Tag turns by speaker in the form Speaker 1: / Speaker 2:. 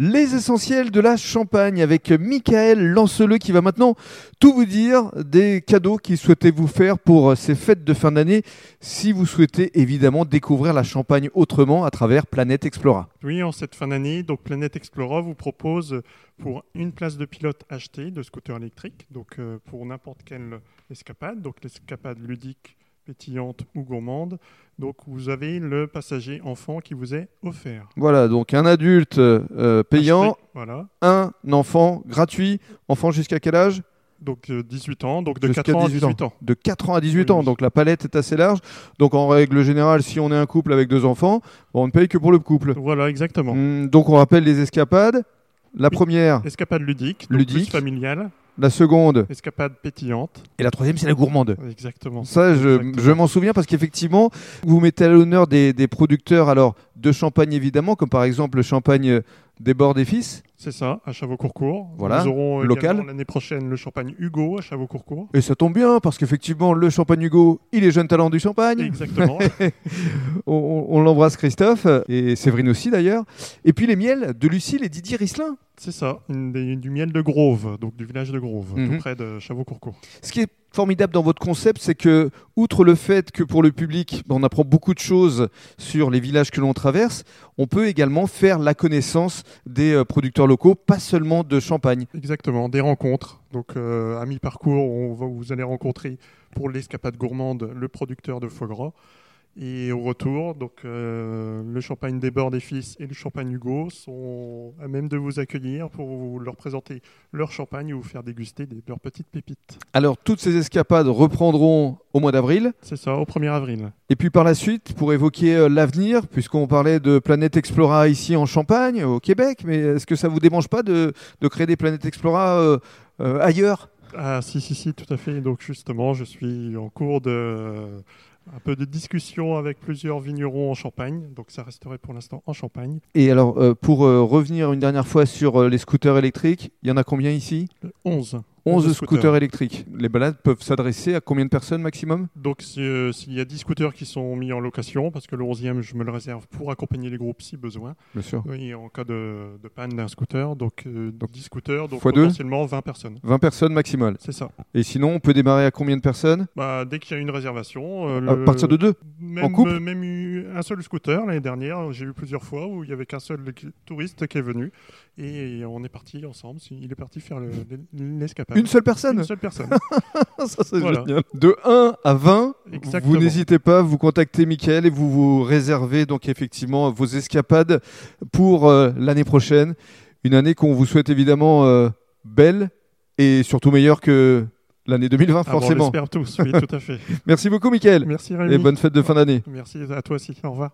Speaker 1: Les essentiels de la Champagne avec Michael Lanceleux qui va maintenant tout vous dire des cadeaux qu'il souhaitait vous faire pour euh, ces fêtes de fin d'année si vous souhaitez évidemment découvrir la Champagne autrement à travers Planète Explora.
Speaker 2: Oui, en cette fin d'année, donc Planète Explora vous propose euh, pour une place de pilote achetée de scooter électrique, donc euh, pour n'importe quelle escapade, donc l'escapade ludique, pétillante ou gourmande. Donc vous avez le passager enfant qui vous est offert.
Speaker 1: Voilà, donc un adulte euh, payant,
Speaker 2: Acheté, voilà.
Speaker 1: un enfant gratuit, enfant jusqu'à quel âge
Speaker 2: Donc euh, 18 ans, donc de
Speaker 1: Jusqu'à
Speaker 2: 4 ans à
Speaker 1: 18 ans.
Speaker 2: 18 ans.
Speaker 1: de 4 ans à 18
Speaker 2: Oui,
Speaker 1: ans,
Speaker 2: oui.
Speaker 1: donc la palette est assez large. Donc en règle générale, si on est un couple avec deux enfants, bon, on ne paye que pour le couple.
Speaker 2: Voilà, exactement.
Speaker 1: Hmm, donc on rappelle les escapades. La
Speaker 2: Oui.
Speaker 1: première,
Speaker 2: Escapade ludique, donc
Speaker 1: Ludique.
Speaker 2: plus familiale,
Speaker 1: la seconde
Speaker 2: escapade pétillante,
Speaker 1: et la troisième, c'est la gourmande.
Speaker 2: exactement.
Speaker 1: Ça, je,
Speaker 2: Exactement.
Speaker 1: je m'en souviens parce qu'effectivement, vous mettez à l'honneur des, des producteurs alors de champagne évidemment, comme par exemple le champagne euh, des bords des fils.
Speaker 2: C'est ça, à Chavaux-Courcourt.
Speaker 1: Voilà,
Speaker 2: Nous aurons
Speaker 1: local.
Speaker 2: également l'année prochaine le champagne Hugo à Chavaux-Courcourt.
Speaker 1: Et ça tombe bien parce qu'effectivement, le champagne Hugo, il est jeune talent du champagne.
Speaker 2: Exactement.
Speaker 1: On, on- on l'embrasse Christophe euh, et Séverine aussi d'ailleurs. Et puis les miels de Lucille et Didier Risselin.
Speaker 2: C'est ça, une des- du miel de Grove, donc du village de Grove,
Speaker 1: Mhm.
Speaker 2: tout près de Chavaux-Courcourt.
Speaker 1: Ce qui est formidable dans votre concept, c'est que, outre le fait que pour le public, ben, on apprend beaucoup de choses sur les villages que l'on traverse, on peut également faire la connaissance des euh, producteurs locaux, pas seulement de champagne.
Speaker 2: Exactement, des rencontres. Donc euh, à mi-parcours, on va- vous allez rencontrer pour l'escapade gourmande le producteur de foie gras. Et au retour, donc euh, le champagne des bords des fils et le champagne Hugo sont à même de vous accueillir pour vous- leur présenter leur champagne et vous faire déguster des- leurs petites pépites.
Speaker 1: Alors, toutes ces escapades reprendront au mois d'avril.
Speaker 2: C'est ça, au 1er avril.
Speaker 1: Et puis par la suite, pour évoquer euh, l'avenir, puisqu'on parlait de Planète Explora ici en Champagne, au Québec, mais est-ce que ça vous démange pas de, de créer des Planètes Explora euh, euh, ailleurs
Speaker 2: Ah si, si, si, tout à fait. Donc justement, je suis en cours de euh, un peu de discussion avec plusieurs vignerons en Champagne. Donc ça resterait pour l'instant en Champagne.
Speaker 1: Et alors, euh, pour euh, revenir une dernière fois sur euh, les scooters électriques, il y en a combien ici
Speaker 2: Le 11.
Speaker 1: 11
Speaker 2: Onze
Speaker 1: scooters.
Speaker 2: scooters
Speaker 1: électriques. Les balades peuvent s'adresser à combien de personnes maximum
Speaker 2: Donc si, euh, s'il y a 10 scooters qui sont mis en location, parce que le 11e, je me le réserve pour accompagner les groupes si besoin.
Speaker 1: Bien sûr.
Speaker 2: Oui, en cas de, de panne d'un scooter, donc, euh,
Speaker 1: Donc,
Speaker 2: 10 scooters, donc
Speaker 1: fois deux
Speaker 2: potentiellement 20 personnes.
Speaker 1: 20 personnes maximum.
Speaker 2: C'est ça.
Speaker 1: Et sinon, on peut démarrer à combien de personnes
Speaker 2: Bah, dès qu'il y a une réservation, euh,
Speaker 1: À
Speaker 2: le-
Speaker 1: partir de deux
Speaker 2: même,
Speaker 1: en couple
Speaker 2: euh, même eu un seul scooter l'année dernière, hein, j'ai eu plusieurs fois où il y avait qu'un seul qui- touriste qui est venu et on est parti ensemble. si- Il est parti faire le- l'escapade.
Speaker 1: Une seule personne
Speaker 2: Une seule personne. Ah
Speaker 1: Ça, c'est
Speaker 2: Voilà.
Speaker 1: génial. De 1 à 20,
Speaker 2: Exactement.
Speaker 1: vous n'hésitez pas, vous contactez Mickaël et vous vous réservez donc effectivement vos escapades pour euh, l'année prochaine. Une année qu'on vous souhaite évidemment euh, belle et surtout meilleure que l'année 2020,
Speaker 2: Ah, bon, on
Speaker 1: forcément.
Speaker 2: l'espère tous, oui, tout à fait.
Speaker 1: Merci beaucoup, Mickaël.
Speaker 2: Merci
Speaker 1: Et
Speaker 2: Rémi.
Speaker 1: bonne fête de fin d'année.
Speaker 2: Merci à toi aussi. Au revoir.